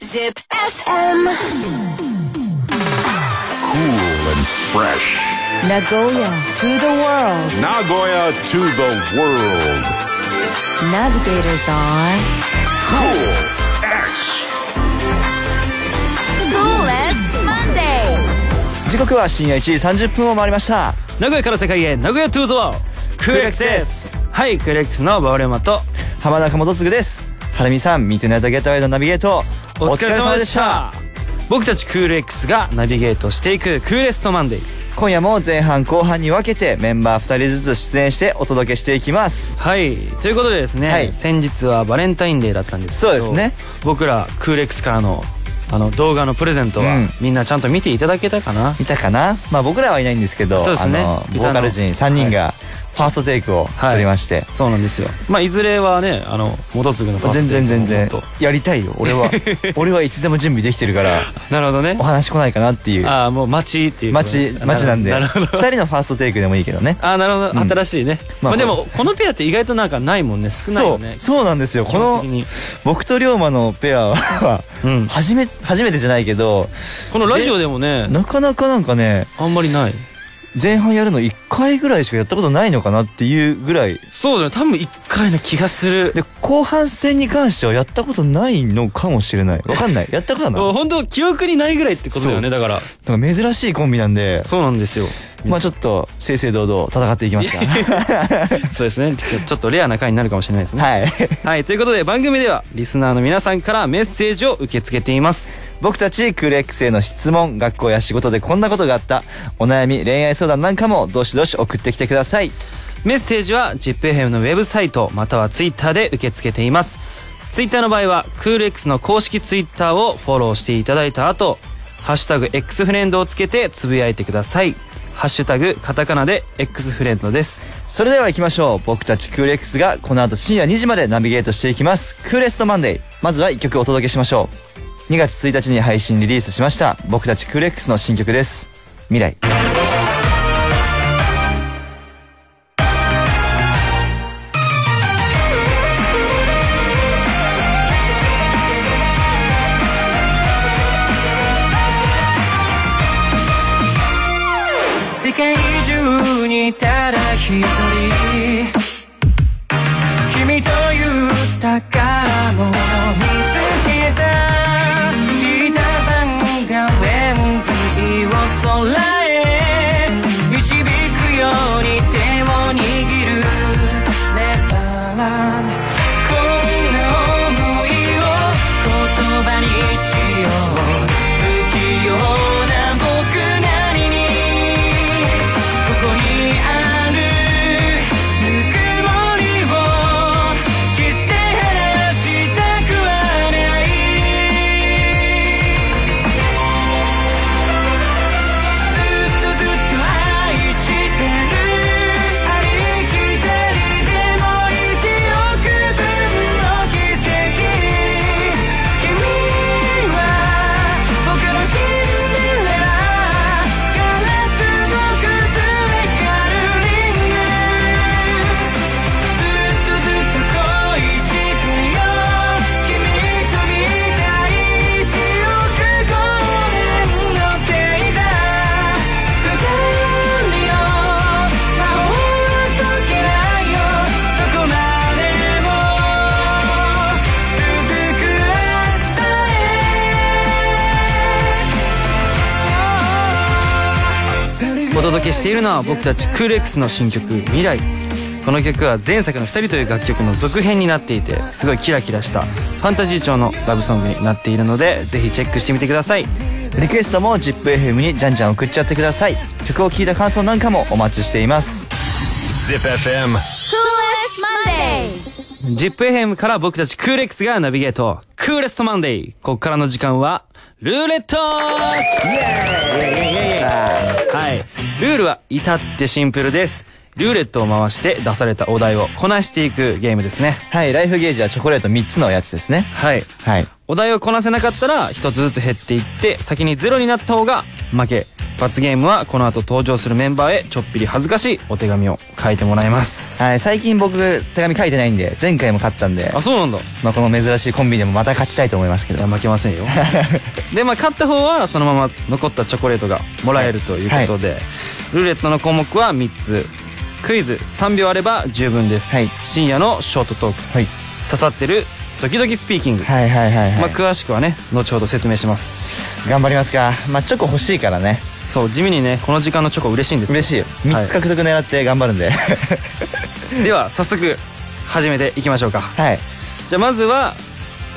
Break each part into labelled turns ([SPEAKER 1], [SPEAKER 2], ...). [SPEAKER 1] Zip FM.
[SPEAKER 2] Cool and fresh.
[SPEAKER 1] Nagoya to the world.
[SPEAKER 2] Nagoya to the world.
[SPEAKER 1] Navigators are
[SPEAKER 2] Cool X.
[SPEAKER 1] cool as Monday.
[SPEAKER 3] 時刻は深夜1時30分を回りました
[SPEAKER 4] 名古屋から世界へ名古屋トゥーゾークーレックスですはいクーレックスのバオレマと
[SPEAKER 3] 浜中元次ですはるみさんミートナイトゲートウェイのナビゲート
[SPEAKER 4] お疲れ様でした僕たちクール X がナビゲートしていくクーレストマンデー
[SPEAKER 3] 今夜も前半後半に分けてメンバー2人ずつ出演してお届けしていきます
[SPEAKER 4] はいということでですね、
[SPEAKER 3] はい
[SPEAKER 4] 先日はバレンタインデーだったんですけど
[SPEAKER 3] そうですね
[SPEAKER 4] 僕らクール X からのあの動画のプレゼントは、
[SPEAKER 3] うん
[SPEAKER 4] みんなちゃんと見ていただけたかな
[SPEAKER 3] 見たかなまあ僕らはいないんですけど
[SPEAKER 4] そうですね
[SPEAKER 3] あの
[SPEAKER 4] 歌の
[SPEAKER 3] ボーカル陣3人がファーストテイクを
[SPEAKER 4] はい
[SPEAKER 3] 撮りまして、
[SPEAKER 4] そうなんですよまあいずれはねあの元次のファースト
[SPEAKER 3] 全然全然
[SPEAKER 4] 本
[SPEAKER 3] やりたいよ俺 は俺はいつでも準備できてるから
[SPEAKER 4] 当なるほどね
[SPEAKER 3] お話来ないかなっていう
[SPEAKER 4] ああもう待ちっていうことで
[SPEAKER 3] 街
[SPEAKER 4] す
[SPEAKER 3] 街なんで
[SPEAKER 4] なるほ
[SPEAKER 3] 2
[SPEAKER 4] ど
[SPEAKER 3] 人のファーストテイクでもいいけどね
[SPEAKER 4] あーなるほど、
[SPEAKER 3] うん
[SPEAKER 4] 新しいね、
[SPEAKER 3] ま
[SPEAKER 4] ま
[SPEAKER 3] あ
[SPEAKER 4] あ、でもこのペアって意外となんかないもんね少ない
[SPEAKER 3] そ
[SPEAKER 4] よ
[SPEAKER 3] う
[SPEAKER 4] ね
[SPEAKER 3] そうなんですよこの
[SPEAKER 4] 基本的に
[SPEAKER 3] 僕と龍馬のペアは
[SPEAKER 4] うん
[SPEAKER 3] 初め初めてじゃないけど
[SPEAKER 4] このラジオでもね
[SPEAKER 3] なかなかなんかね
[SPEAKER 4] あんまりない
[SPEAKER 3] 前半やるの1回ぐらいしかやったことないのかなっていうぐらい
[SPEAKER 4] そうだね多分一回な気がする
[SPEAKER 3] で後半戦に関してはやったことないのかもしれないわかんないやったかななん
[SPEAKER 4] 本当記憶にないぐらいってことだよねだから
[SPEAKER 3] か珍しいコンビなんで
[SPEAKER 4] そうなんですよ
[SPEAKER 3] まあちょっと正々堂々戦っていきますか
[SPEAKER 4] そうですねちょちょっとレアな回になるかもしれないですね
[SPEAKER 3] はい
[SPEAKER 4] はいということで番組ではリスナーの皆さんからメッセージを受け付けています
[SPEAKER 3] 僕たちクール X への質問学校や仕事でこんなことがあったお悩み恋愛相談なんかもどしどし送ってきてください
[SPEAKER 4] メッセージは ZIPFM のウェブサイトまたはツイッターで受け付けていますツイッターの場合はクール X の公式ツイッターをフォローしていただいた後ハッシュタグ X フレンドをつけてつぶやいてくださいハッシュタグカタカナで X フレンドです
[SPEAKER 3] それでは行きましょう僕たちクール X がこの後深夜2時までナビゲートしていきますクーレストマンデーまずは1曲お届けしましょう2月1日に配信リリースしました僕たちクール X の新曲です未来
[SPEAKER 4] 世界中にただ一人君という宝物を見つけたいた番がレンティを空へ導くように手を握るネバーランドこんな想いを言葉にしよう不器用な僕なりにここにあるぬくもりを決して離したくはないずっとずっと愛してるありきたりなでも一億分の奇跡君は僕のシンデレラガラスの崩れ光るリングずっとずっと恋してよ君と見たい1億光年の星座二人の魔法は解けないよどこまでも続く明日へお届けしているのは僕たちクーレックスの新曲「未来」この曲は前作の「2人」という楽曲の続編になっていてすごいキラキラしたファンタジー調のラブソングになっているのでぜひチェックしてみてください
[SPEAKER 3] リクエストも ZIPFM にじゃんじゃん送っちゃってください曲を聴いた感想なんかもお待ちしています
[SPEAKER 2] Zip FM.
[SPEAKER 1] Cool as Monday.
[SPEAKER 4] ZIPFM から僕たちクーレックスがナビゲートクーレストマンデーここからの時間はルーレットはいルールは至ってシンプルですルーレットを回して出されたお題をこなしていくゲームですね
[SPEAKER 3] はいライフゲージはチョコレート3つのやつですね
[SPEAKER 4] はい
[SPEAKER 3] はい
[SPEAKER 4] お題をこなせなかったら一つずつ減っていって先にゼロになった方が負け
[SPEAKER 5] 罰ゲームはこの後登場するメンバーへちょっぴり恥ずかしいお手紙を書いてもらいます
[SPEAKER 3] はい、最近僕、手紙書いてないんで、前回も勝ったんで
[SPEAKER 5] あ、そうなんだ
[SPEAKER 3] まあ、この珍しいコンビでもまた勝ちたいと思いますけ
[SPEAKER 5] い
[SPEAKER 3] ど
[SPEAKER 5] や。負けませんよでまあ勝った方はそのまま残ったチョコレートがもらえるということで、ルーレットの項目は3つクイズ3秒あれば十分です、
[SPEAKER 3] はい
[SPEAKER 5] 深夜のショートトーク
[SPEAKER 3] はい。
[SPEAKER 5] 刺さってるドキドキスピーキング、
[SPEAKER 3] はいはいはい、はい
[SPEAKER 5] まあ、詳しくはね後ほど説明します
[SPEAKER 3] 頑張りますか。まあ、チョコ欲しいからね。
[SPEAKER 5] そう地味にねこの時間のチョコ嬉しいんです
[SPEAKER 3] 嬉しいよ。3つ獲得狙って頑張 るんで。
[SPEAKER 5] では早速始めていきましょうか
[SPEAKER 3] はい。
[SPEAKER 5] じゃあまずは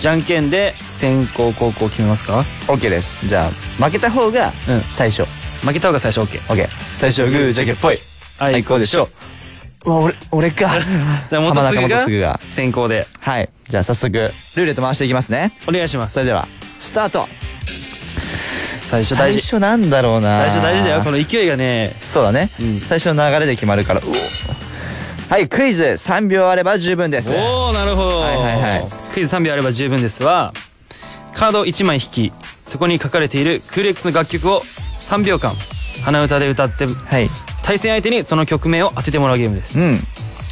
[SPEAKER 5] じゃんけんで先攻後攻決めますか
[SPEAKER 3] OK です。じゃあ、負けた方が
[SPEAKER 5] うん、
[SPEAKER 3] 最初。
[SPEAKER 5] 負けた方が最初 OK
[SPEAKER 3] OK。最初はグー、ジャケっぽい。
[SPEAKER 5] はい
[SPEAKER 3] はい、こうでしょう。うわ、俺、俺か。
[SPEAKER 5] じゃあ元次
[SPEAKER 3] 浜中元
[SPEAKER 5] が
[SPEAKER 3] 次が
[SPEAKER 5] 先攻で
[SPEAKER 3] はい。じゃあ、早速、ルーレット回していきますね。
[SPEAKER 5] お願いします
[SPEAKER 3] それでは、スタート
[SPEAKER 5] 最初大事
[SPEAKER 3] 最初なんだろうな
[SPEAKER 5] 最初大事だよこの勢いがね
[SPEAKER 3] そうだね、
[SPEAKER 5] うん
[SPEAKER 3] 最初の流れで決まるからうおはいクイズ3秒あれば十分です
[SPEAKER 5] おおなるほど、
[SPEAKER 3] はいはいはい
[SPEAKER 5] クイズ3秒あれば十分ですはカードを1枚引きそこに書かれているクーレックスの楽曲を3秒間鼻歌で歌って
[SPEAKER 3] はい
[SPEAKER 5] 対戦相手にその曲名を当ててもらうゲームです
[SPEAKER 3] うん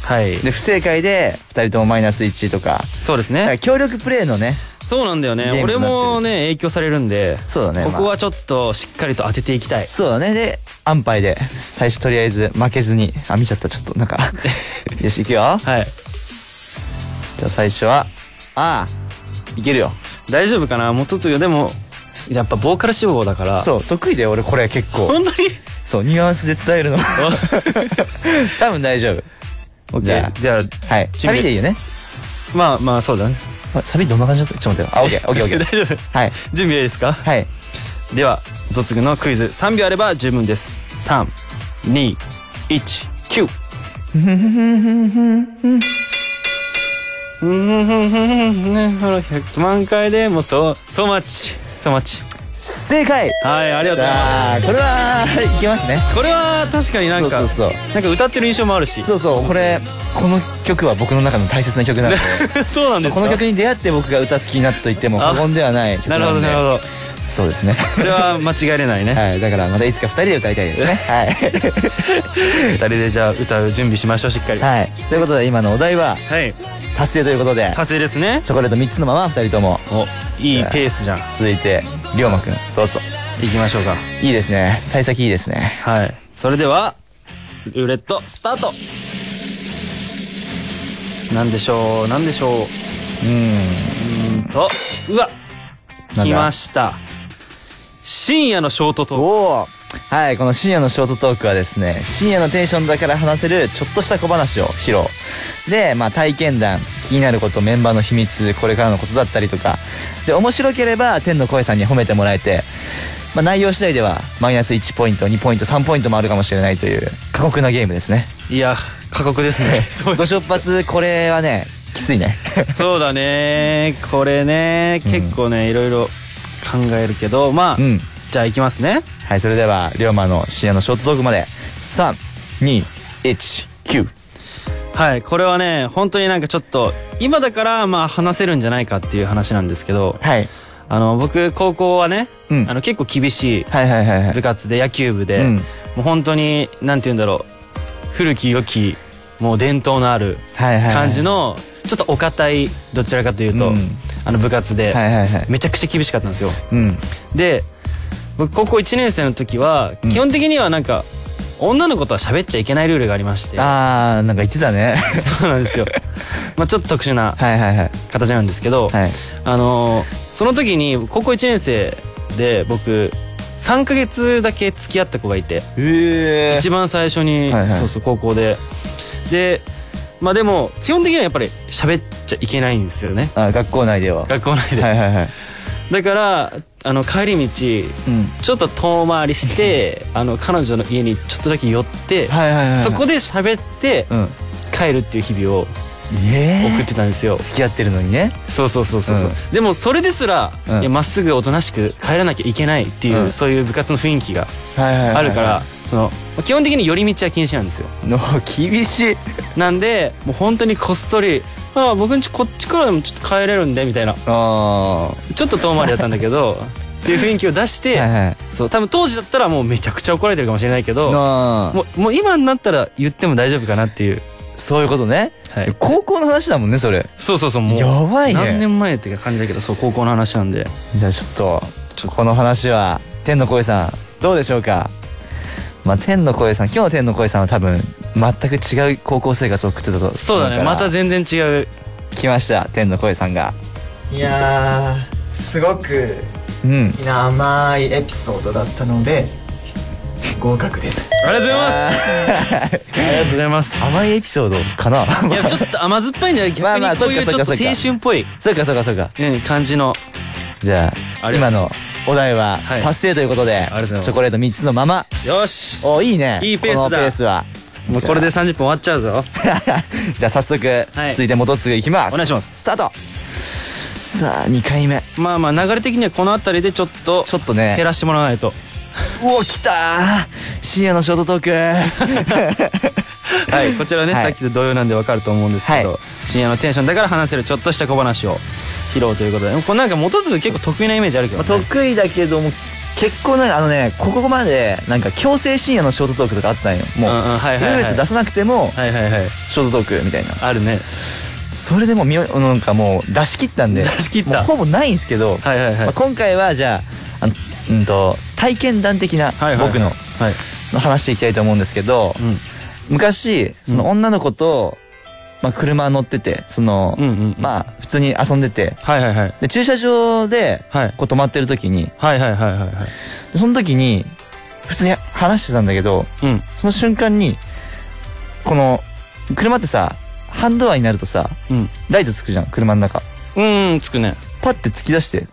[SPEAKER 5] はい
[SPEAKER 3] で不正解で2人ともマイナス1とか
[SPEAKER 5] そうです
[SPEAKER 3] だか
[SPEAKER 5] ね
[SPEAKER 3] ら協力プレーのね
[SPEAKER 5] そうなんだよ
[SPEAKER 3] ゲー
[SPEAKER 5] ね
[SPEAKER 3] ムになっ
[SPEAKER 5] 俺
[SPEAKER 3] てる
[SPEAKER 5] もね影響されるんで
[SPEAKER 3] そうだね
[SPEAKER 5] ここ
[SPEAKER 3] ま
[SPEAKER 5] はちょっとしっかりと当てていきたい
[SPEAKER 3] そうだねで安牌で最初とりあえず負けずにあ見ちゃったちょっ となんかよし行くよ
[SPEAKER 5] はい
[SPEAKER 3] じゃあ最初はああいけるよ
[SPEAKER 5] 大丈夫かな元次でもやっぱボーカル志望だから
[SPEAKER 3] そう得意だよ俺これ結構
[SPEAKER 5] 本当に
[SPEAKER 3] そうニュアンスで伝えるの 多分大丈夫
[SPEAKER 5] オッケ
[SPEAKER 3] じゃあ
[SPEAKER 5] ーじゃあ
[SPEAKER 3] はい
[SPEAKER 5] 準備
[SPEAKER 3] サビでいいよね
[SPEAKER 5] まあまあそうだね
[SPEAKER 3] あサビどんな感じだったちょっと待ってよあオッケーオッケーオッケー
[SPEAKER 5] 大丈夫
[SPEAKER 3] はい
[SPEAKER 5] 準備はいいですか
[SPEAKER 3] はい
[SPEAKER 5] ではドツグのクイズ3秒あれば十分です3219ほら100万回でもそうそうマッチそうマッチ
[SPEAKER 3] 正解
[SPEAKER 5] はいありがとうございま
[SPEAKER 3] あーこれはいけますね
[SPEAKER 5] すこれは確かになんか
[SPEAKER 3] そうそうそう
[SPEAKER 5] なんか歌ってる印象もある し
[SPEAKER 3] そうそうこれこの曲は僕の中の大切な曲なんで
[SPEAKER 5] そうなんですか
[SPEAKER 3] この曲に出会って僕が歌好きになったと言っても過言ではない曲
[SPEAKER 5] なるほどなるほ
[SPEAKER 3] ど
[SPEAKER 5] ど
[SPEAKER 3] そうですね
[SPEAKER 5] それは間違えれないね
[SPEAKER 3] はいだからまたいつか二人で歌いたいで すね
[SPEAKER 5] 二人でじゃあ歌う準備しましょうしっかり
[SPEAKER 3] はい、はい、ということで今のお題は
[SPEAKER 5] はい
[SPEAKER 3] 達成ということで
[SPEAKER 5] 達成ですね
[SPEAKER 3] チョコレート3つのまま二人とも
[SPEAKER 5] おいいペースじゃん
[SPEAKER 3] 続いて龍馬くんどうぞ
[SPEAKER 5] 行きましょうか
[SPEAKER 3] いいですね幸先いいですね
[SPEAKER 5] はいそれではルーレットスタートなんでしょうなんでしょううーんとうわ
[SPEAKER 3] なん
[SPEAKER 5] 来
[SPEAKER 3] だ
[SPEAKER 5] ました深夜のショートトー
[SPEAKER 3] おおはい、この深夜のショートトークはですね、深夜のテンションだから話せるちょっとした小話を披露。で、まあ体験談、気になること、メンバーの秘密、これからのことだったりとか。で、面白ければ天の声さんに褒めてもらえて、まあ内容次第ではマイナス1ポイント、2ポイント、3ポイントもあるかもしれないという過酷なゲー ムですね。
[SPEAKER 5] クいや過酷ですね
[SPEAKER 3] ご出発、これはね、きつい ね。
[SPEAKER 5] そうだねこれね結構ね、いろいろ考えるけどまあ、
[SPEAKER 3] うん
[SPEAKER 5] じゃあ行きますね
[SPEAKER 3] はい、それでは、龍馬の深夜のショートトークまで、3、2、1、9。
[SPEAKER 5] はいこれはね本当になんかちょっと今だからまあ話せるんじゃないかっていう話なんですけど
[SPEAKER 3] はい。
[SPEAKER 5] あの僕高校はね、
[SPEAKER 3] うん
[SPEAKER 5] あの結構厳しい
[SPEAKER 3] はいはいはいは
[SPEAKER 5] 部
[SPEAKER 3] い。
[SPEAKER 5] 活で野球部で、
[SPEAKER 3] うん
[SPEAKER 5] もう本当になんて言うんだろう古き良きもう伝統のある
[SPEAKER 3] はいはいはい
[SPEAKER 5] 感じの、ちょっとお堅いどちらかというと、
[SPEAKER 3] うん
[SPEAKER 5] あの部活で、
[SPEAKER 3] はいはいはい。
[SPEAKER 5] めちゃくちゃ厳しかったんですよ
[SPEAKER 3] うん。
[SPEAKER 5] で僕高校1年生の時は、
[SPEAKER 3] ん
[SPEAKER 5] 基本的にはなんか女の子とは喋っちゃいけないルールがありまして
[SPEAKER 3] あー、なんか言ってたね。
[SPEAKER 5] そうなんですよまあちょっと特殊な
[SPEAKER 3] はいはいはい。
[SPEAKER 5] 形なんですけど、
[SPEAKER 3] はい。
[SPEAKER 5] あのーその時に高校1年生で僕3ヶ月だけ付き合った子がいて
[SPEAKER 3] え
[SPEAKER 5] 一番最初に、
[SPEAKER 3] はいはい
[SPEAKER 5] そうそう高校ででまあでも基本的にはやっぱり喋っちゃいけないんですよね
[SPEAKER 3] あ、学校内では。
[SPEAKER 5] 学校内で、
[SPEAKER 3] はいはいはい。
[SPEAKER 5] だからあの帰り道
[SPEAKER 3] うん。
[SPEAKER 5] ちょっと遠回りしてあの彼女の家にちょっとだけ寄って、
[SPEAKER 3] はいはいはい。
[SPEAKER 5] そこで喋って
[SPEAKER 3] うん。
[SPEAKER 5] 帰るっていう日々を
[SPEAKER 3] え
[SPEAKER 5] 送ってたんですよ、
[SPEAKER 3] 付き合ってるのにね。
[SPEAKER 5] そうそうそうそうそう、
[SPEAKER 3] うん
[SPEAKER 5] でもそれですら
[SPEAKER 3] うん
[SPEAKER 5] いやま、っすぐおとなしく帰らなきゃいけないっていう、
[SPEAKER 3] うん
[SPEAKER 5] そういう部活の雰囲気が
[SPEAKER 3] はいはいはい。
[SPEAKER 5] あるから、。その基本的に寄り道は禁止なんですよ
[SPEAKER 3] の、厳しい。
[SPEAKER 5] なんでもう本当にこっそり「ああ僕んちこっちからでもちょっと帰れるんで」みたいな
[SPEAKER 3] あ
[SPEAKER 5] ち ょっと遠回りだったんだけどっていう雰囲気を出して、
[SPEAKER 3] はいはい
[SPEAKER 5] そう多分当時だったらもうめちゃくちゃ怒られてるかもしれないけど
[SPEAKER 3] なあ
[SPEAKER 5] もうもう今になったら言っても大丈夫かなっていう、
[SPEAKER 3] そういうことね、
[SPEAKER 5] はい、
[SPEAKER 3] 高校の話だもんねそれ
[SPEAKER 5] そうそうそうもう
[SPEAKER 3] やばいね
[SPEAKER 5] 何年前って感じだけどそう高校の話なんで
[SPEAKER 3] じゃあちょっとこの話は天の声さんどうでしょうかまあ天の声さん今日の天の声さんは多分全く違う高校生活を送ってたと
[SPEAKER 5] そうだねまた全然違う
[SPEAKER 3] 来ました天の声さんが
[SPEAKER 6] いやーすごく
[SPEAKER 3] うん
[SPEAKER 6] いいな甘いエピソードだったので合格です
[SPEAKER 5] ありがとうござい ますありがとうございます
[SPEAKER 3] 甘いエピソードかな
[SPEAKER 5] いやちょっと甘酸っぱいんじゃない
[SPEAKER 3] まあ
[SPEAKER 5] 逆
[SPEAKER 3] まあ
[SPEAKER 5] にこういうち
[SPEAKER 3] そっ
[SPEAKER 5] ょ
[SPEAKER 3] か
[SPEAKER 5] っと
[SPEAKER 3] そっ
[SPEAKER 5] 青
[SPEAKER 3] かそっか
[SPEAKER 5] 春っぽい
[SPEAKER 3] そうかそうかそうか
[SPEAKER 5] うん感じの
[SPEAKER 3] じゃあ
[SPEAKER 5] あり
[SPEAKER 3] 今
[SPEAKER 5] がとう
[SPEAKER 3] の
[SPEAKER 5] ござい
[SPEAKER 3] お題は
[SPEAKER 5] はい
[SPEAKER 3] 達成ということで、
[SPEAKER 5] りがとうございます
[SPEAKER 3] チョコレート3つのまま
[SPEAKER 5] よし
[SPEAKER 3] おいいね
[SPEAKER 5] いいペースだ
[SPEAKER 3] このペースは
[SPEAKER 5] もうこれで30分終わっちゃうぞ
[SPEAKER 3] じゃあ早速、
[SPEAKER 5] はい
[SPEAKER 3] 続いて元次いきます
[SPEAKER 5] お願いします
[SPEAKER 3] スタートさあ2回目
[SPEAKER 5] まあまあ流れ的にはこの辺りでちょっと
[SPEAKER 3] ちょっとね
[SPEAKER 5] 減らしてもらわないと
[SPEAKER 3] おお来たー深夜のショートトー ク
[SPEAKER 5] はいこちらね、
[SPEAKER 3] はい
[SPEAKER 5] さっきと同様なんでわかると思うんですけど、
[SPEAKER 3] はい
[SPEAKER 5] 深夜のテンションだから話せるちょっとした小話を披露ということでこれなんか元次結構得意なイメージあるけど、
[SPEAKER 3] まあ
[SPEAKER 5] ね、
[SPEAKER 3] 得意だけども結構なんかあのねここまでなんか強制深夜のショートトークとかあったんよもう
[SPEAKER 5] うんうんはいはいはい
[SPEAKER 3] ルール出さなくても
[SPEAKER 5] はいはいはい
[SPEAKER 3] ショートトークみたいな
[SPEAKER 5] あるね
[SPEAKER 3] それでもみよなんかもう出し切ったんで
[SPEAKER 5] 出し切った
[SPEAKER 3] もうほぼないんですけど、
[SPEAKER 5] はいはいはい
[SPEAKER 3] まあ、今回はじゃああのうんと体験談的な
[SPEAKER 5] はいはいはい
[SPEAKER 3] 僕の
[SPEAKER 5] はい
[SPEAKER 3] の話していきたいと思うんですけど、
[SPEAKER 5] うん
[SPEAKER 3] 昔その女の子と、まあ、車乗っててその、
[SPEAKER 5] うんうんうん
[SPEAKER 3] まあ普通に遊んでて
[SPEAKER 5] はいはいはい
[SPEAKER 3] で駐車場で
[SPEAKER 5] はい
[SPEAKER 3] こう止まってる時に
[SPEAKER 5] はいはいはいはいはい
[SPEAKER 3] でその時に普通に話してたんだけど
[SPEAKER 5] うん
[SPEAKER 3] その瞬間にこの車ってさハンドアになるとさ
[SPEAKER 5] うん
[SPEAKER 3] ライトつくじゃん車の中
[SPEAKER 5] うんうんつくね
[SPEAKER 3] パッて突き出してん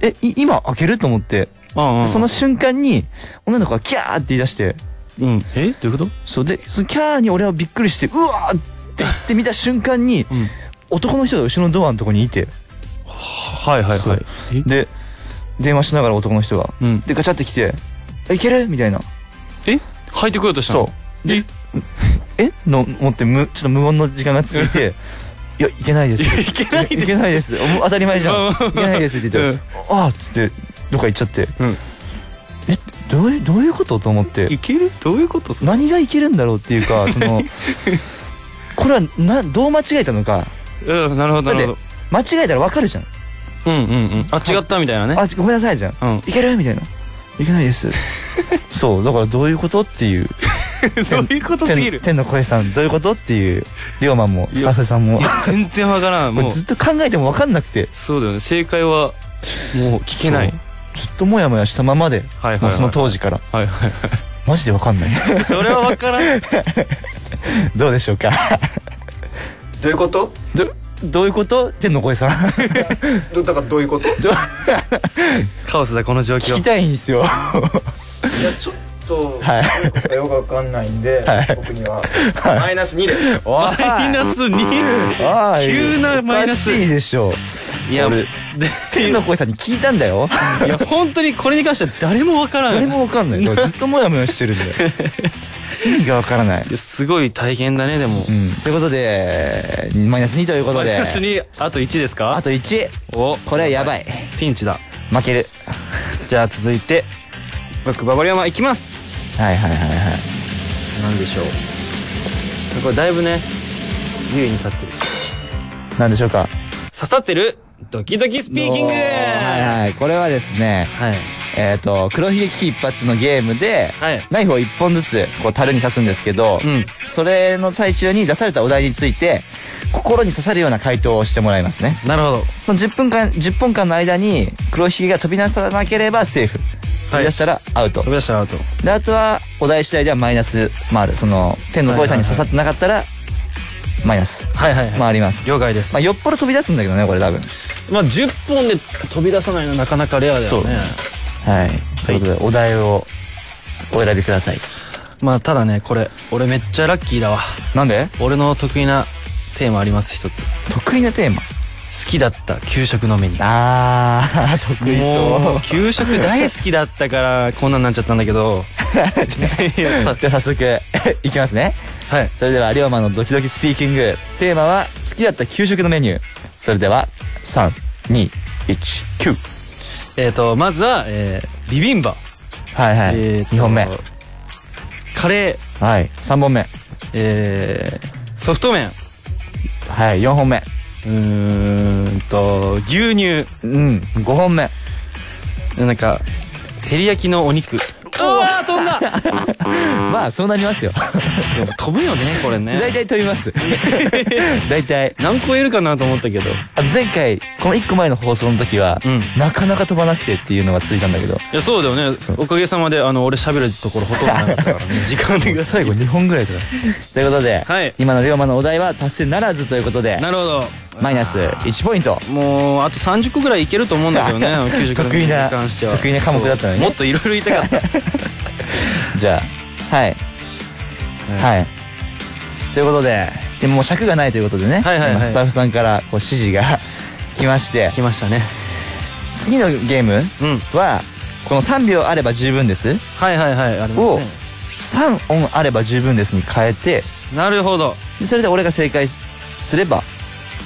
[SPEAKER 3] えい今開けると思って、
[SPEAKER 5] うんうん
[SPEAKER 3] その瞬間に女の子がキャーって言い出して
[SPEAKER 5] うんえどういうこと
[SPEAKER 3] そうでそのキャーに俺はびっくりしてうわーって言ってみた瞬間に、
[SPEAKER 5] ん
[SPEAKER 3] 男の人が後ろのドアのとこにいて
[SPEAKER 5] はいはいはいえ
[SPEAKER 3] で電話しながら男の人が、
[SPEAKER 5] うん
[SPEAKER 3] でガチャって来て「えいける?」みたいな
[SPEAKER 5] え履いてこようとしたの
[SPEAKER 3] そうで「えの思ってむちょっと無言の時間が続いて「いやいけないです」
[SPEAKER 5] いけない
[SPEAKER 3] いけないですもう当たり前じゃん
[SPEAKER 5] うん
[SPEAKER 3] いけないですって言って「ああ」っつってどっか行っちゃって
[SPEAKER 5] うん
[SPEAKER 3] えどういうどういうことと思って
[SPEAKER 5] いけるどういうことそれ
[SPEAKER 3] 何がいけるんだろうっていう かそのこれはなどう間違えたのか
[SPEAKER 5] うんなるほど
[SPEAKER 3] だっ
[SPEAKER 5] な
[SPEAKER 3] て
[SPEAKER 5] るほ
[SPEAKER 3] 間違えたらわかるじゃん「
[SPEAKER 5] どうんうんうんあ違ったみたいなね
[SPEAKER 3] あごめんなさい」じゃん
[SPEAKER 5] うん
[SPEAKER 3] 「いける?」みたいな「いけな いです」そうだからどういうことっていう
[SPEAKER 5] どういうことすぎ
[SPEAKER 3] 天
[SPEAKER 5] る
[SPEAKER 3] 天の声さんどういうことっていう龍馬もスタッフさんも
[SPEAKER 5] 全然わからん
[SPEAKER 3] も
[SPEAKER 5] も
[SPEAKER 3] う
[SPEAKER 5] う
[SPEAKER 3] ずっと考えてもわかんなくて
[SPEAKER 5] そうだよね正解はもう聞けない
[SPEAKER 3] そうずっとモヤモヤしたままで
[SPEAKER 5] はいはいはい
[SPEAKER 3] もうその当時から
[SPEAKER 5] はいはい
[SPEAKER 3] マジでわかんない
[SPEAKER 5] それはわからん
[SPEAKER 3] どうでしょうか
[SPEAKER 6] どういうこと
[SPEAKER 3] どどういうこと天の声さん
[SPEAKER 6] どだからどういうことい
[SPEAKER 5] カオスだこの状
[SPEAKER 3] 聞
[SPEAKER 5] 況
[SPEAKER 3] きたいんですよ
[SPEAKER 6] やちょっと、
[SPEAKER 3] はい
[SPEAKER 6] どういうことかよくわかんないんで、僕には、マイナス2で
[SPEAKER 3] おい
[SPEAKER 5] マイナス2
[SPEAKER 3] ああ
[SPEAKER 5] 急なマイナス
[SPEAKER 3] おかしいでしょ
[SPEAKER 5] いや
[SPEAKER 3] 俺天の声さんに聞いたんだよ
[SPEAKER 5] いや本当にこれに関しては誰もわから
[SPEAKER 3] 誰
[SPEAKER 5] ん
[SPEAKER 3] もわかんないこれずっとモヤモヤしてる んだよ意味がわからない
[SPEAKER 5] すごい大変だねでも
[SPEAKER 3] うんということでマイナス2ということ
[SPEAKER 5] マイ
[SPEAKER 3] で
[SPEAKER 5] ナス2あと1ですか
[SPEAKER 3] あと1
[SPEAKER 5] お
[SPEAKER 3] これはやばい
[SPEAKER 5] ピンチだ
[SPEAKER 3] 負ける
[SPEAKER 5] じゃあ続いて僕ババリアマいきます
[SPEAKER 3] はいはいはいはい
[SPEAKER 5] なんでしょうこれだいぶね優位に立ってる
[SPEAKER 3] 何でしょうか
[SPEAKER 5] 刺さってるドキドキスピーキング
[SPEAKER 3] おはいはいこれはですね
[SPEAKER 5] はい
[SPEAKER 3] えっ、と黒ひげ危機一発のゲームで、
[SPEAKER 5] はい
[SPEAKER 3] ナイフを一本ずつこう樽に刺すんですけど、
[SPEAKER 5] うん
[SPEAKER 3] それの最中に出されたお題について心に刺さるような回答をしてもらいますね
[SPEAKER 5] なるほど
[SPEAKER 3] その10分間10分間の間に黒ひげが飛び出さなければセーフ飛び出したらアウト、
[SPEAKER 5] 飛び出したらアウト
[SPEAKER 3] であとはお題次第ではマイナスまあその天の声さんに刺さってなかったらマイナス
[SPEAKER 5] はいはいはい
[SPEAKER 3] まああります
[SPEAKER 5] 了解です
[SPEAKER 3] まあよっぽど飛び出すんだけどねこれ多分
[SPEAKER 5] まあ10本で飛び出さないのなかなかレアだよね
[SPEAKER 3] はい。ということで、お題をお選びください。
[SPEAKER 5] まあただねこれ俺めっちゃラッキーだわ
[SPEAKER 3] なんで
[SPEAKER 5] 俺の得意なテーマあります一つ
[SPEAKER 3] 得意なテーマ。
[SPEAKER 5] 好きだった給食のメニュー
[SPEAKER 3] あー、 得意
[SPEAKER 5] も
[SPEAKER 3] そう
[SPEAKER 5] 給食大好きだったからこんなんなっちゃったんだけどやっ
[SPEAKER 3] う。じゃあ早速、いきますね。
[SPEAKER 5] ぱはい
[SPEAKER 3] それでは、龍馬のドキドキスピーキング。テーマは、好きだった給食のメニュー。それでは、3、2、1、9。
[SPEAKER 5] えっとまずは、えービビンバ
[SPEAKER 3] はいはい。
[SPEAKER 5] えーと
[SPEAKER 3] 2本目。
[SPEAKER 5] カレー
[SPEAKER 3] はい。3本目。
[SPEAKER 5] えーソフト麺
[SPEAKER 3] はい。4本目。
[SPEAKER 5] うーんと牛乳
[SPEAKER 3] うん。5本目。
[SPEAKER 5] なんか照り焼きのお肉うわー飛んだ
[SPEAKER 3] まあ、そうなりますよ。
[SPEAKER 5] やっぱ飛ぶよねこれね
[SPEAKER 3] 大体飛びます。 大体。
[SPEAKER 5] 何個いるかなと思ったけど
[SPEAKER 3] あ前回、この1個前の放送の時は、
[SPEAKER 5] うん
[SPEAKER 3] なかなか飛ばなくてっていうのがついたんだけど、
[SPEAKER 5] いやそうだよねおかげさまであの俺喋るところほとんどなかった からね時間でください
[SPEAKER 3] 最後2本ぐらいとか。ということで、
[SPEAKER 5] はい
[SPEAKER 3] 今の龍馬のお題は達成ならずということで、
[SPEAKER 5] なるほど
[SPEAKER 3] マイナス1ポイント。
[SPEAKER 5] もうあと30個ぐらいいけると思うんだけどね90個
[SPEAKER 3] 得意
[SPEAKER 5] に
[SPEAKER 3] な
[SPEAKER 5] 関しては
[SPEAKER 3] 得意な科目だったのにね
[SPEAKER 5] もっといろいろ言いたかった
[SPEAKER 3] じゃあ、はい。はい。ということで、でももう尺がないということでね、
[SPEAKER 5] はいはいはい
[SPEAKER 3] 今スタッフさんからこう指示が 来まして、
[SPEAKER 5] 来ましたね
[SPEAKER 3] 次のゲーム
[SPEAKER 5] うん
[SPEAKER 3] は、この3秒あれば十分です
[SPEAKER 5] はいはいはいあります
[SPEAKER 3] を、
[SPEAKER 5] ね
[SPEAKER 3] 3音あれば十分ですに変えて、
[SPEAKER 5] なるほど
[SPEAKER 3] でそれで俺が正解すれば、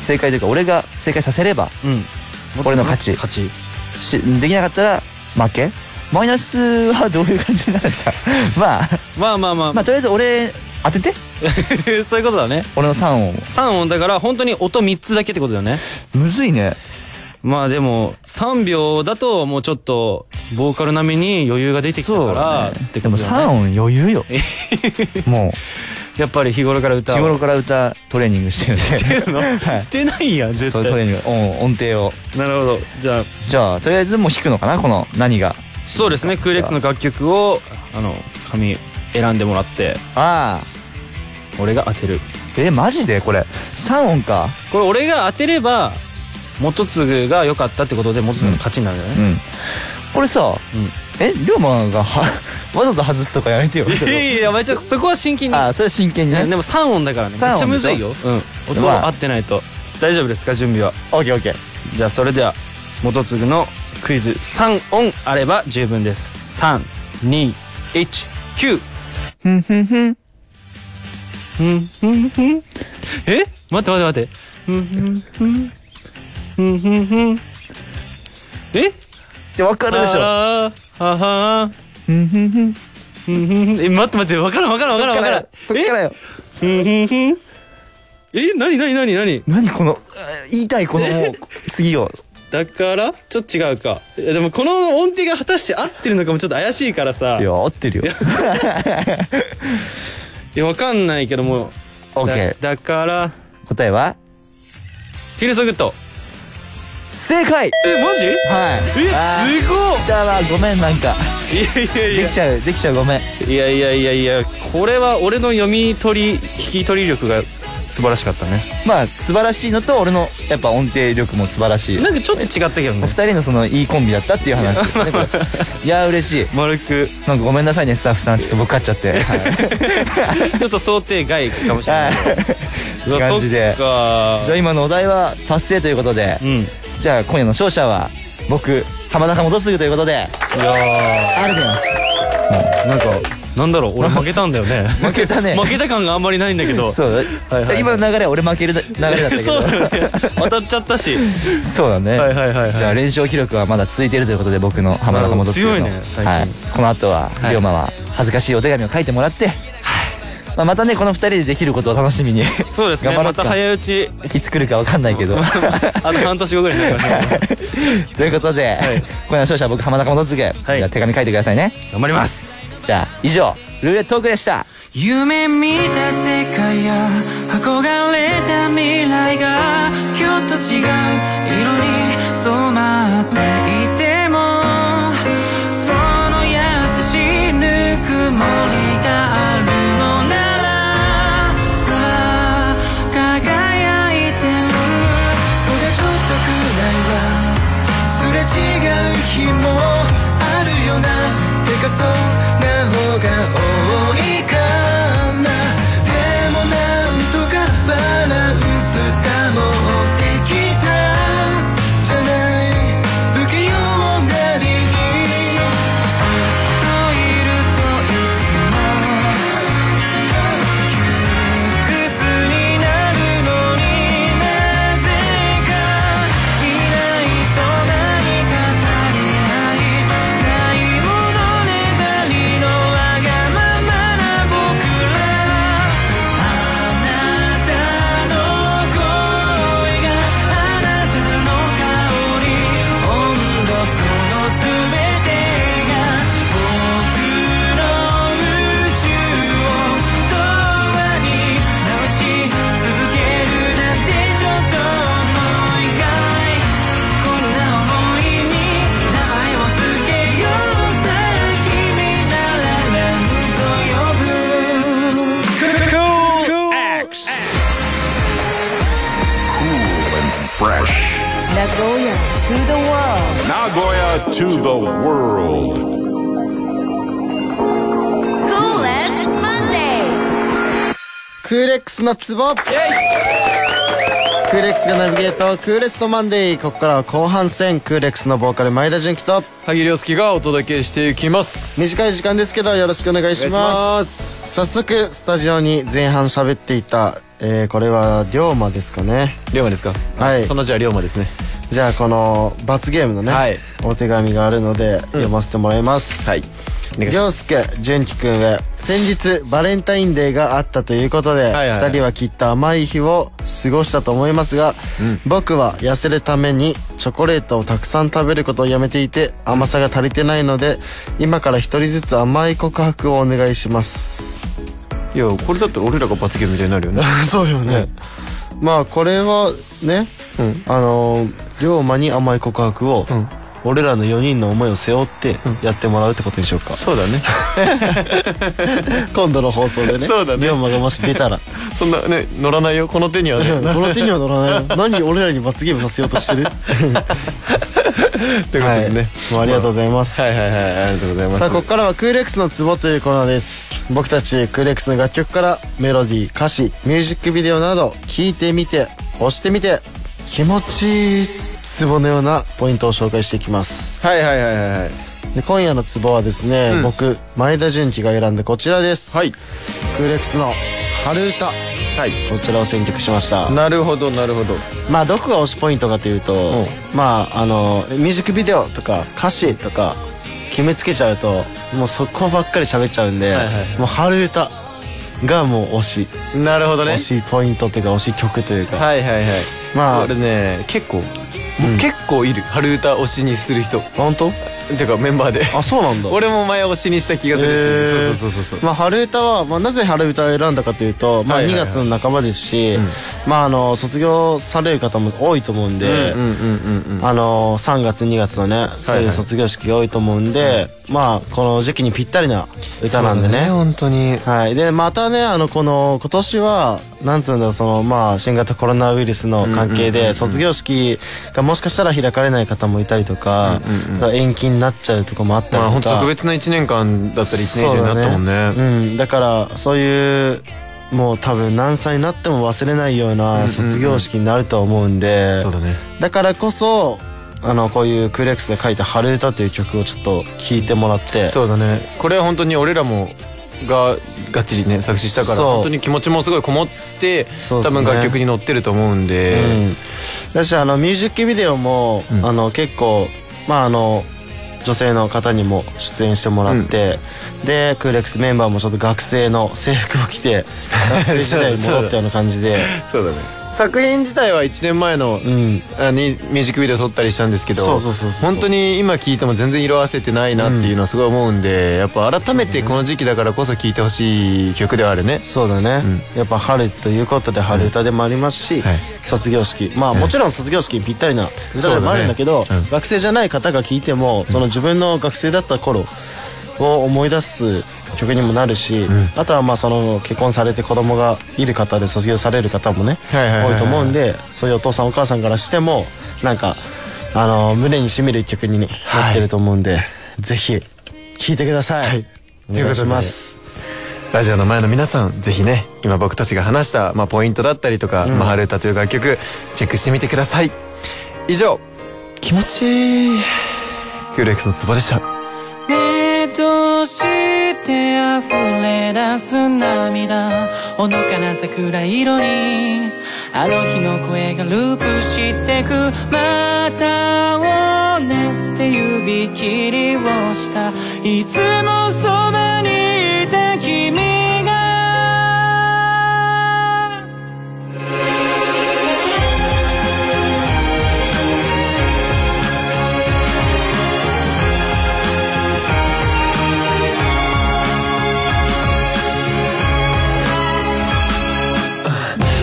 [SPEAKER 3] 正解というか俺が正解させれば、
[SPEAKER 5] うん
[SPEAKER 3] 俺の勝ち
[SPEAKER 5] 勝ち
[SPEAKER 3] しできなかったら負けマイナスはどういう感じになるんだ まあ、
[SPEAKER 5] まあまあまあ、
[SPEAKER 3] まあとりあえず俺当てて、
[SPEAKER 5] そういうことだね
[SPEAKER 3] 俺の3音を。
[SPEAKER 5] 3音だから本当に音3つだけってことだよね
[SPEAKER 3] むずいね。
[SPEAKER 5] まあでも3秒だともうちょっとボーカル並みに余裕が出てきた
[SPEAKER 3] そう
[SPEAKER 5] から
[SPEAKER 3] だね
[SPEAKER 5] って
[SPEAKER 3] で
[SPEAKER 5] こ
[SPEAKER 3] も
[SPEAKER 5] とだ
[SPEAKER 3] 3
[SPEAKER 5] よね
[SPEAKER 3] 音余 裕よも
[SPEAKER 5] やっぱり日頃から
[SPEAKER 3] う
[SPEAKER 5] 歌を
[SPEAKER 3] 日頃から歌トレーニングしてるんで
[SPEAKER 5] してるの、してないやん絶
[SPEAKER 3] そう
[SPEAKER 5] 対
[SPEAKER 3] トレーニング音音程を
[SPEAKER 5] なるほどじゃあ
[SPEAKER 3] じゃあとりあえずもう弾くのかなこの何が
[SPEAKER 5] そうですねクーレックスの楽曲をあの紙選んでもらって
[SPEAKER 3] ああ
[SPEAKER 5] 俺が当てる
[SPEAKER 3] えマジでこれ3音か
[SPEAKER 5] これ俺が当てれば元次が良かったってことで元次の勝ちになるんだよ
[SPEAKER 3] う
[SPEAKER 5] ね、
[SPEAKER 3] んこれさ、
[SPEAKER 5] ん
[SPEAKER 3] え龍馬がは わざと外すとかやめて よ
[SPEAKER 5] いやいやいやまあちょっとそこは真剣に
[SPEAKER 3] ああそれ真剣に
[SPEAKER 5] ねで
[SPEAKER 3] ね
[SPEAKER 5] も3音だからねめっち
[SPEAKER 3] 三
[SPEAKER 5] ゃ
[SPEAKER 3] 音
[SPEAKER 5] む
[SPEAKER 3] でし
[SPEAKER 5] ず
[SPEAKER 3] ょ
[SPEAKER 5] いよ、うん、音
[SPEAKER 3] まあ
[SPEAKER 5] 合ってないと大丈夫ですか準備は
[SPEAKER 3] オッケーオッケー
[SPEAKER 5] じゃあそれでは元次のクイズ3音あれば十分です3219
[SPEAKER 3] ふんふんふん
[SPEAKER 5] うんうんうんえ待って待って待ってうんうんうんうんうんうんえ
[SPEAKER 3] ってわかるでし
[SPEAKER 5] あ
[SPEAKER 3] ょ
[SPEAKER 5] らはは
[SPEAKER 3] ふんふんふん
[SPEAKER 5] うんうんえ待って待ってわからんわからんわからんわからん
[SPEAKER 3] そっからよ
[SPEAKER 5] えうんうんうんえ何何何何
[SPEAKER 3] 何このうー言いたいこのもう次を
[SPEAKER 5] だからちょっと違うかいやでもこの音程が果たして合ってるのかもちょっと怪しいからさ
[SPEAKER 3] いや合ってるよ
[SPEAKER 5] いやわかんないけども
[SPEAKER 3] オッケ
[SPEAKER 5] だだから
[SPEAKER 3] ー答えは
[SPEAKER 5] フィルソグッド
[SPEAKER 3] 正解
[SPEAKER 5] えマジ
[SPEAKER 3] はいあ
[SPEAKER 5] え
[SPEAKER 3] ー
[SPEAKER 5] すごっ
[SPEAKER 3] だわごめんなんか
[SPEAKER 5] いやいやい
[SPEAKER 3] で
[SPEAKER 5] や
[SPEAKER 3] きちゃうできちゃうごめん
[SPEAKER 5] いやいやいやいやこれは俺の読み取り聞き取り力が素晴らしかったね
[SPEAKER 3] まあ素晴らしいのと俺のやっぱ音程力も素晴らしい
[SPEAKER 5] なんかちょっと違ったけど
[SPEAKER 3] お
[SPEAKER 5] ね
[SPEAKER 3] 二人のそのいいコンビだったっていう話ですねこれ いやー嬉しい
[SPEAKER 5] 丸く
[SPEAKER 3] なんかごめんなさいねスタッフさんちょっと僕勝っちゃってはい
[SPEAKER 5] ちょっと想定外かもしれ ないけど
[SPEAKER 3] はい感じで
[SPEAKER 5] うわ
[SPEAKER 3] じ
[SPEAKER 5] そ
[SPEAKER 3] ゃ
[SPEAKER 5] っ
[SPEAKER 3] あ
[SPEAKER 5] か
[SPEAKER 3] 今のお題は達成ということで
[SPEAKER 5] うんい
[SPEAKER 3] じゃあ今夜の勝者は僕浜中元次ということで
[SPEAKER 5] や
[SPEAKER 3] ありがとうございます
[SPEAKER 5] なんかなんだろう俺負けたんだよ ね
[SPEAKER 3] 負けたね
[SPEAKER 5] 負けた感があんまりないんだけど
[SPEAKER 3] そうだ、
[SPEAKER 5] はいはい
[SPEAKER 3] 今の流れは俺負ける流れだったけ ど
[SPEAKER 5] そうだよね当たっちゃったし
[SPEAKER 3] そうだね。
[SPEAKER 5] はいはいはいはい
[SPEAKER 3] じゃあ連勝記録はまだ続いているということで僕の浜中元次の。
[SPEAKER 5] 強いね最近
[SPEAKER 3] はい。この後は、
[SPEAKER 5] はい
[SPEAKER 3] 龍馬は恥ずかしいお手紙を書いてもらって、まあ、またねこの二人でできることを楽しみに
[SPEAKER 5] そうですね
[SPEAKER 3] 頑張ろ
[SPEAKER 5] ま
[SPEAKER 3] うか
[SPEAKER 5] た早いうち
[SPEAKER 3] いつ来るかわかんないけど。
[SPEAKER 5] あと半年後ぐらいになりますね
[SPEAKER 3] ということで、
[SPEAKER 5] い
[SPEAKER 3] 今夜の勝者は僕浜中元次。じゃあ手紙書いてくださいね。
[SPEAKER 5] 頑張ります
[SPEAKER 3] じゃあ以上ルーレットトークでした。
[SPEAKER 4] 夢見た世界や憧れた未来が今日と違う色に染まっていてもその優しいぬくもりがあるのなら輝いてるそれちょっとくらいはすれ違う日もあるよなてかそうな方が多いかなでもなんとかバランス保ってきたじゃない不器用なりにずっといるといつも「いくつになるのになぜか」「いないと何か足りな
[SPEAKER 2] Nagoya to the world.
[SPEAKER 1] Coolest Monday.
[SPEAKER 7] クーレックスのツボクーレックスがナビゲートクーレストマンデーここからは後半戦クーレックスのボーカル前田純喜と
[SPEAKER 8] 萩亮介がお届けしていきます
[SPEAKER 7] 短い時間ですけどよろしくお願いします早速スタジオに前半喋っていた、えーこれは龍馬ですかね
[SPEAKER 8] 龍馬ですか
[SPEAKER 7] はい
[SPEAKER 8] そのじゃあ龍馬ですね
[SPEAKER 7] じゃあこの罰ゲームのね、
[SPEAKER 8] はい
[SPEAKER 7] お手紙があるので読ませてもらいます、
[SPEAKER 8] はいお願いし
[SPEAKER 7] 凌介純喜くんへ先日バレンタインデーがあったということで、二
[SPEAKER 8] はいはい
[SPEAKER 7] 2人はきっと甘い日を過ごしたと思いますが、僕は痩せるためにチョコレートをたくさん食べることをやめていて甘さが足りてないので今から一人ずつ甘い告白をお願いします
[SPEAKER 8] いやこれだったら俺らが罰ゲームみたいになるよね
[SPEAKER 7] そうよねまあこれはね、あのー龍馬に甘い告白を、俺らの4人の思いを背負ってやってもらうってことでしょうか、
[SPEAKER 8] そうだね
[SPEAKER 7] 今度の放送でね
[SPEAKER 8] そうだね
[SPEAKER 7] 龍馬がもし出たら
[SPEAKER 8] そんなね乗らないよこの手にはね
[SPEAKER 7] この手には乗らないよ 何俺らに罰ゲームさせようとしてる
[SPEAKER 8] ということでね、
[SPEAKER 7] もうありがとうございます、
[SPEAKER 8] はい、はいはいはいありがとうございます
[SPEAKER 7] さあここからはクーレックスのツボというコーナーです僕たちクーレックスの楽曲からメロディー歌詞ミュージックビデオなど聴いてみて押してみて気持ちいいツボのようなポイントを紹介していきます
[SPEAKER 8] はいはいはいはいはい
[SPEAKER 7] で今夜のツボはですね、僕前田純喜が選んでこちらです
[SPEAKER 8] はい
[SPEAKER 7] クーレックスの春歌
[SPEAKER 8] はい
[SPEAKER 7] こちらを選曲しました
[SPEAKER 8] なるほどなるほど
[SPEAKER 7] まあどこが推しポイントかというと、まああのミュージックビデオとか歌詞とか決めつけちゃうともうそこばっかり喋っちゃうんで、
[SPEAKER 8] いはい
[SPEAKER 7] もう春歌がもう推し、
[SPEAKER 8] なるほどね
[SPEAKER 7] 推しポイントというか推し曲というか、
[SPEAKER 8] はいはいはい
[SPEAKER 7] まあ
[SPEAKER 8] これね結構、もう結構いる春歌推しにする人
[SPEAKER 7] 本当
[SPEAKER 8] てかメンバーで
[SPEAKER 7] あそうなんだ
[SPEAKER 8] 俺も前推しにした気がするし、
[SPEAKER 7] へー
[SPEAKER 8] そうそうそうそう
[SPEAKER 7] まあ、春歌は、まあ、なぜ春歌を選んだかというと、まあ、
[SPEAKER 8] はいはい
[SPEAKER 7] 2
[SPEAKER 8] はい
[SPEAKER 7] 月の半ばですし、まあ、あの卒業される方も多いと思うんで、あの3月2月のねそういう卒業式が多いと思うんで、まあこの時期にぴったりな歌なんでね
[SPEAKER 8] 本当に
[SPEAKER 7] はい、でまたねあのこの今年はなんつうんだろうそのまあ新型コロナウイルスの関係で卒業式がもしかしたら開かれない方もいたりとか,、延期になっちゃうとかもあったり
[SPEAKER 8] まあ
[SPEAKER 7] と
[SPEAKER 8] 本
[SPEAKER 7] か
[SPEAKER 8] 当特別な1年間だったり1年以上になったもんね
[SPEAKER 7] そうだうんだからそういうもう多分何歳になっても忘れないような卒業式になると思うんで、
[SPEAKER 8] そうだね
[SPEAKER 7] だからこそあのこういうクーレックスが書いた「春歌」という曲をちょっと聴いてもらって
[SPEAKER 8] そうだねこれは本当に俺らもががっちりね作詞したから
[SPEAKER 7] そう
[SPEAKER 8] 本当に気持ちもすごいこもって、
[SPEAKER 7] そうで
[SPEAKER 8] 多
[SPEAKER 7] すね
[SPEAKER 8] 分楽曲に乗ってると思うんで、
[SPEAKER 7] うん、だしあのミュージックビデオも、あの結構まああの女性の方にも出演してもらって、でクーレックスメンバーもちょっと学生の制服を着て学生時代に戻ったような感じ で
[SPEAKER 8] そうだね作品自体は1年前の、
[SPEAKER 7] ん
[SPEAKER 8] あにミュージックビデオ撮ったりしたんですけど
[SPEAKER 7] そうそうそうそう
[SPEAKER 8] 本当に今聴いても全然色あせてないなっていうのはすごい思うんで、やっぱ改めてこの時期だからこそ聴いてほしい曲ではあるね
[SPEAKER 7] そうだね、やっぱ春ということで春歌でもありますし、
[SPEAKER 8] はい
[SPEAKER 7] 卒業式まあもちろん卒業式にぴったりな歌でもあるんだけど
[SPEAKER 8] そうだねうん
[SPEAKER 7] 学生じゃない方が聴いてもその自分の学生だった頃を思い出す曲にもなるし、あとはまあその結婚されて子供がいる方で卒業される方もね、
[SPEAKER 8] はいはいはいはい
[SPEAKER 7] 多いと思うんでそういうお父さんお母さんからしてもなんかあの胸にしみる一曲になってると思うんで、ぜひ聴いてください、お願いします
[SPEAKER 8] ラジオの前の皆さんぜひね今僕たちが話した、まあ、ポイントだったりとか「まあ、春歌」という楽曲チェックしてみてください以上気持ちいいクール X のツボでした
[SPEAKER 4] ねえどうして溢れ出す涙ほのかな桜色にあの日の声がループしてくまたをねって指切りをしたいつもそばにいた君が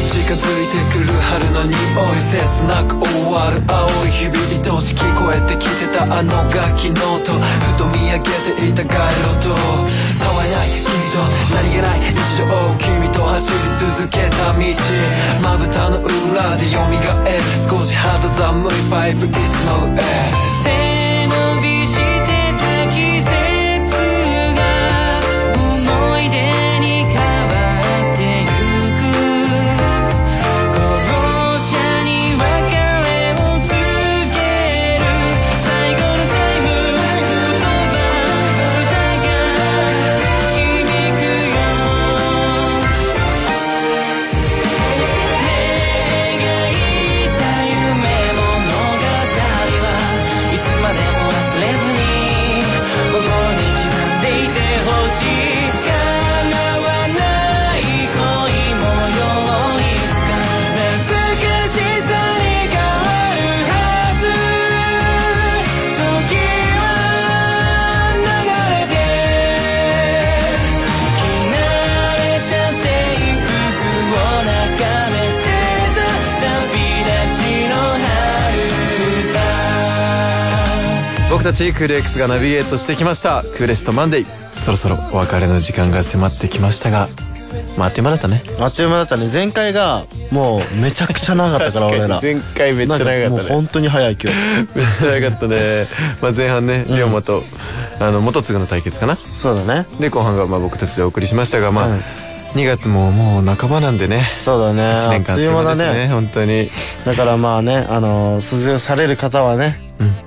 [SPEAKER 9] 近づいてくる春の匂い切なく終わる青い日々愛し聞こえてきてたあの楽器の音ふと見上げていた街路灯たわいない君と何気ない日常君と走り続けた道まぶたの裏で蘇え少し肌寒いパイプ椅子の上
[SPEAKER 4] 背伸びしてた季節が思い出に変わってゆくこの車に別れを告げる最後のタイム言葉歌が響くよ「願いた夢物語は「いつまでも忘れずに心に刻んでいてほしい」「叶わない恋もよいつか懐かしさに変わるはず」「時は流れて着慣れた制服を眺めてた旅立ちの春歌
[SPEAKER 8] 僕たちクール X がナビゲートしてきましたクーレストマンデーそろそろお別れの時間が迫ってきましたがまああっという間だったね
[SPEAKER 7] あっという間だったね前回がもうめちゃくちゃ長かったから俺ら
[SPEAKER 8] 回め
[SPEAKER 7] なんもう本当に早い今日
[SPEAKER 8] めっちゃ長かったね まあ前半ね龍馬と、あの元次の対決かな
[SPEAKER 7] そうだね
[SPEAKER 8] で後半がまあ僕たちでお送りしましたがまあ、
[SPEAKER 7] うん
[SPEAKER 8] 2月ももう半ばなんでね
[SPEAKER 7] そうだね
[SPEAKER 8] 1
[SPEAKER 7] あ
[SPEAKER 8] 年
[SPEAKER 7] っ
[SPEAKER 8] 間
[SPEAKER 7] という間だ
[SPEAKER 8] あっという
[SPEAKER 7] ね
[SPEAKER 8] 間です本当に
[SPEAKER 7] だからまあねあの卒業される方はね、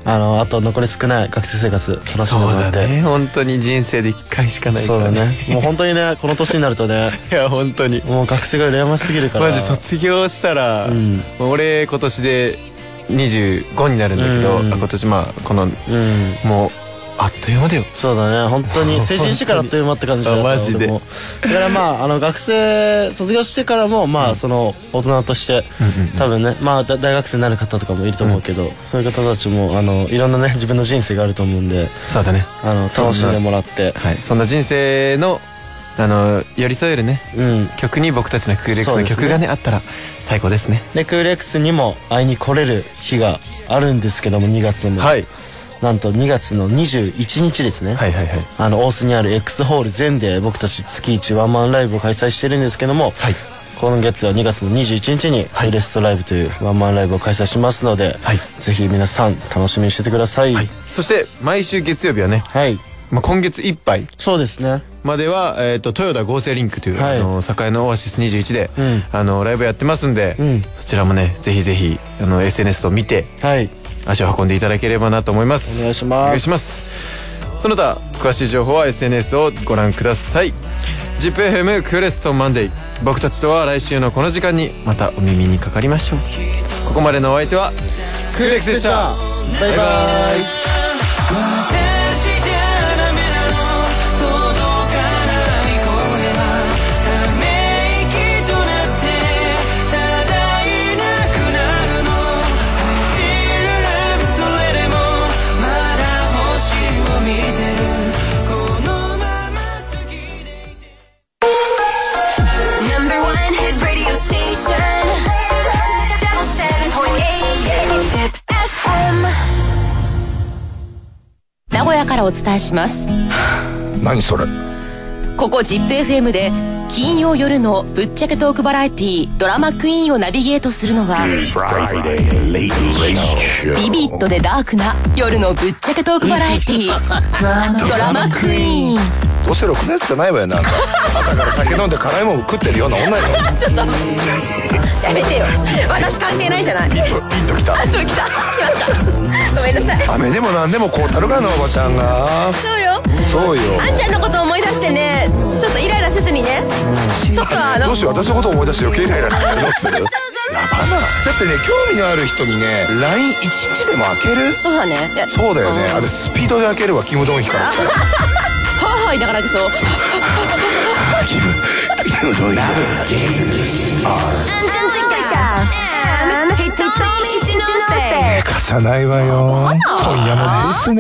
[SPEAKER 7] あのあと残り少ない学生生活楽しんで
[SPEAKER 8] そ
[SPEAKER 7] も
[SPEAKER 8] う
[SPEAKER 7] ら
[SPEAKER 8] だ
[SPEAKER 7] って
[SPEAKER 8] ね本当に人生で1回しかないか
[SPEAKER 7] そう
[SPEAKER 8] ら
[SPEAKER 7] だねもう本当にねこの年になるとね
[SPEAKER 8] いや本当に
[SPEAKER 7] もう学生が羨ましすぎるから
[SPEAKER 8] マジ卒業したら、
[SPEAKER 7] ん
[SPEAKER 8] 俺今年で25になるんだけど、
[SPEAKER 7] うん
[SPEAKER 8] あ今年まあこの
[SPEAKER 7] うん
[SPEAKER 8] もうあっという間だよ
[SPEAKER 7] そうだね本当 に成人してからあっという間って感じだ
[SPEAKER 8] あマジで
[SPEAKER 7] 俺もだからまああの学生卒業してからもまあその大人として多分ねまあだ大学生になる方とかもいると思うけど、そういう方たちもあのいろんなね自分の人生があると思うんで
[SPEAKER 8] そうだね
[SPEAKER 7] あの楽しんでもらって
[SPEAKER 8] はいそんな人生のあの寄り添えるね
[SPEAKER 7] うん
[SPEAKER 8] 曲に僕たちのクール X
[SPEAKER 7] そう
[SPEAKER 8] の
[SPEAKER 7] ですね
[SPEAKER 8] 曲がねあったら最高ですね
[SPEAKER 7] でクール X にも会いに来れる日があるんですけども2月も、
[SPEAKER 8] はい
[SPEAKER 7] なんと2月の21日ですね
[SPEAKER 8] はいはいはい
[SPEAKER 7] あの大須にある X ホール全で僕たち月1ワンマンライブを開催してるんですけども、
[SPEAKER 8] はい
[SPEAKER 7] 今月は2月の21日に「ウレストライブ」というワンマンライブを開催しますので、
[SPEAKER 8] はい
[SPEAKER 7] ぜひ皆さん楽しみにしててください
[SPEAKER 8] は
[SPEAKER 7] はいい、
[SPEAKER 8] そして毎週月曜日はね、まあ、今月いっぱい
[SPEAKER 7] そうですね
[SPEAKER 8] までは、えー、と豊田合成リンクという、
[SPEAKER 7] はい
[SPEAKER 8] あの栄のオアシス21で、
[SPEAKER 7] うん
[SPEAKER 8] あのライブやってますんで、
[SPEAKER 7] ん
[SPEAKER 8] そちらもねぜひぜひあの SNS と見て
[SPEAKER 7] はい
[SPEAKER 8] 足を運んでいただければなと思います
[SPEAKER 7] お願いします
[SPEAKER 8] お願いしますその他詳しい情報は SNS をご覧ください ZIPFM クーレストマンデー僕たちとは来週のこの時間にまたお耳にかかりましょうここまでのお相手はクーレックスでした
[SPEAKER 7] バイバイ
[SPEAKER 4] 私じゃダメなの届かないこれはため息となってただいなくなるの I feel love それでもまだ星を見てるこのまま過ぎ
[SPEAKER 1] Number one hit radio station. Double seven point eight. Zip FM.
[SPEAKER 10] 名古屋からお伝えし ます
[SPEAKER 2] 何それ
[SPEAKER 10] ここ ZIPFM で金曜夜のぶっちゃけトークバラエティードラマクイーンをナビゲートするのは
[SPEAKER 2] Friday late show.
[SPEAKER 10] ビビッドでダークな夜のぶっちゃけトークバラエティー ドラマクイーン
[SPEAKER 2] どうせろくなやつじゃないわよなんか朝から酒飲んで辛いもん食ってるような女よ
[SPEAKER 10] やめてよ私関係ないじゃない
[SPEAKER 2] ピンとピンときた
[SPEAKER 10] そう来た来ましたごめんなさい
[SPEAKER 2] 雨でも何でもこうたるかなおばちゃんが
[SPEAKER 10] そうよ
[SPEAKER 2] そうよ
[SPEAKER 10] あんちゃんのこと思い出してねちょっとイライラせずにねちょっとあの
[SPEAKER 2] どうしよう私のこと思い出して余計イライラしてたらどうするやばなだってね興味のある人にね LINE1 日でも開ける
[SPEAKER 10] そうだねいや
[SPEAKER 2] そうだよねあれスピードで開けるわキム・ドンヒから来
[SPEAKER 10] はあはあ言いながらそう
[SPEAKER 2] たらキムキム・ドンヒ
[SPEAKER 1] ヒットポン一ノ瀬
[SPEAKER 2] 貸さないわよ今夜も寝るすね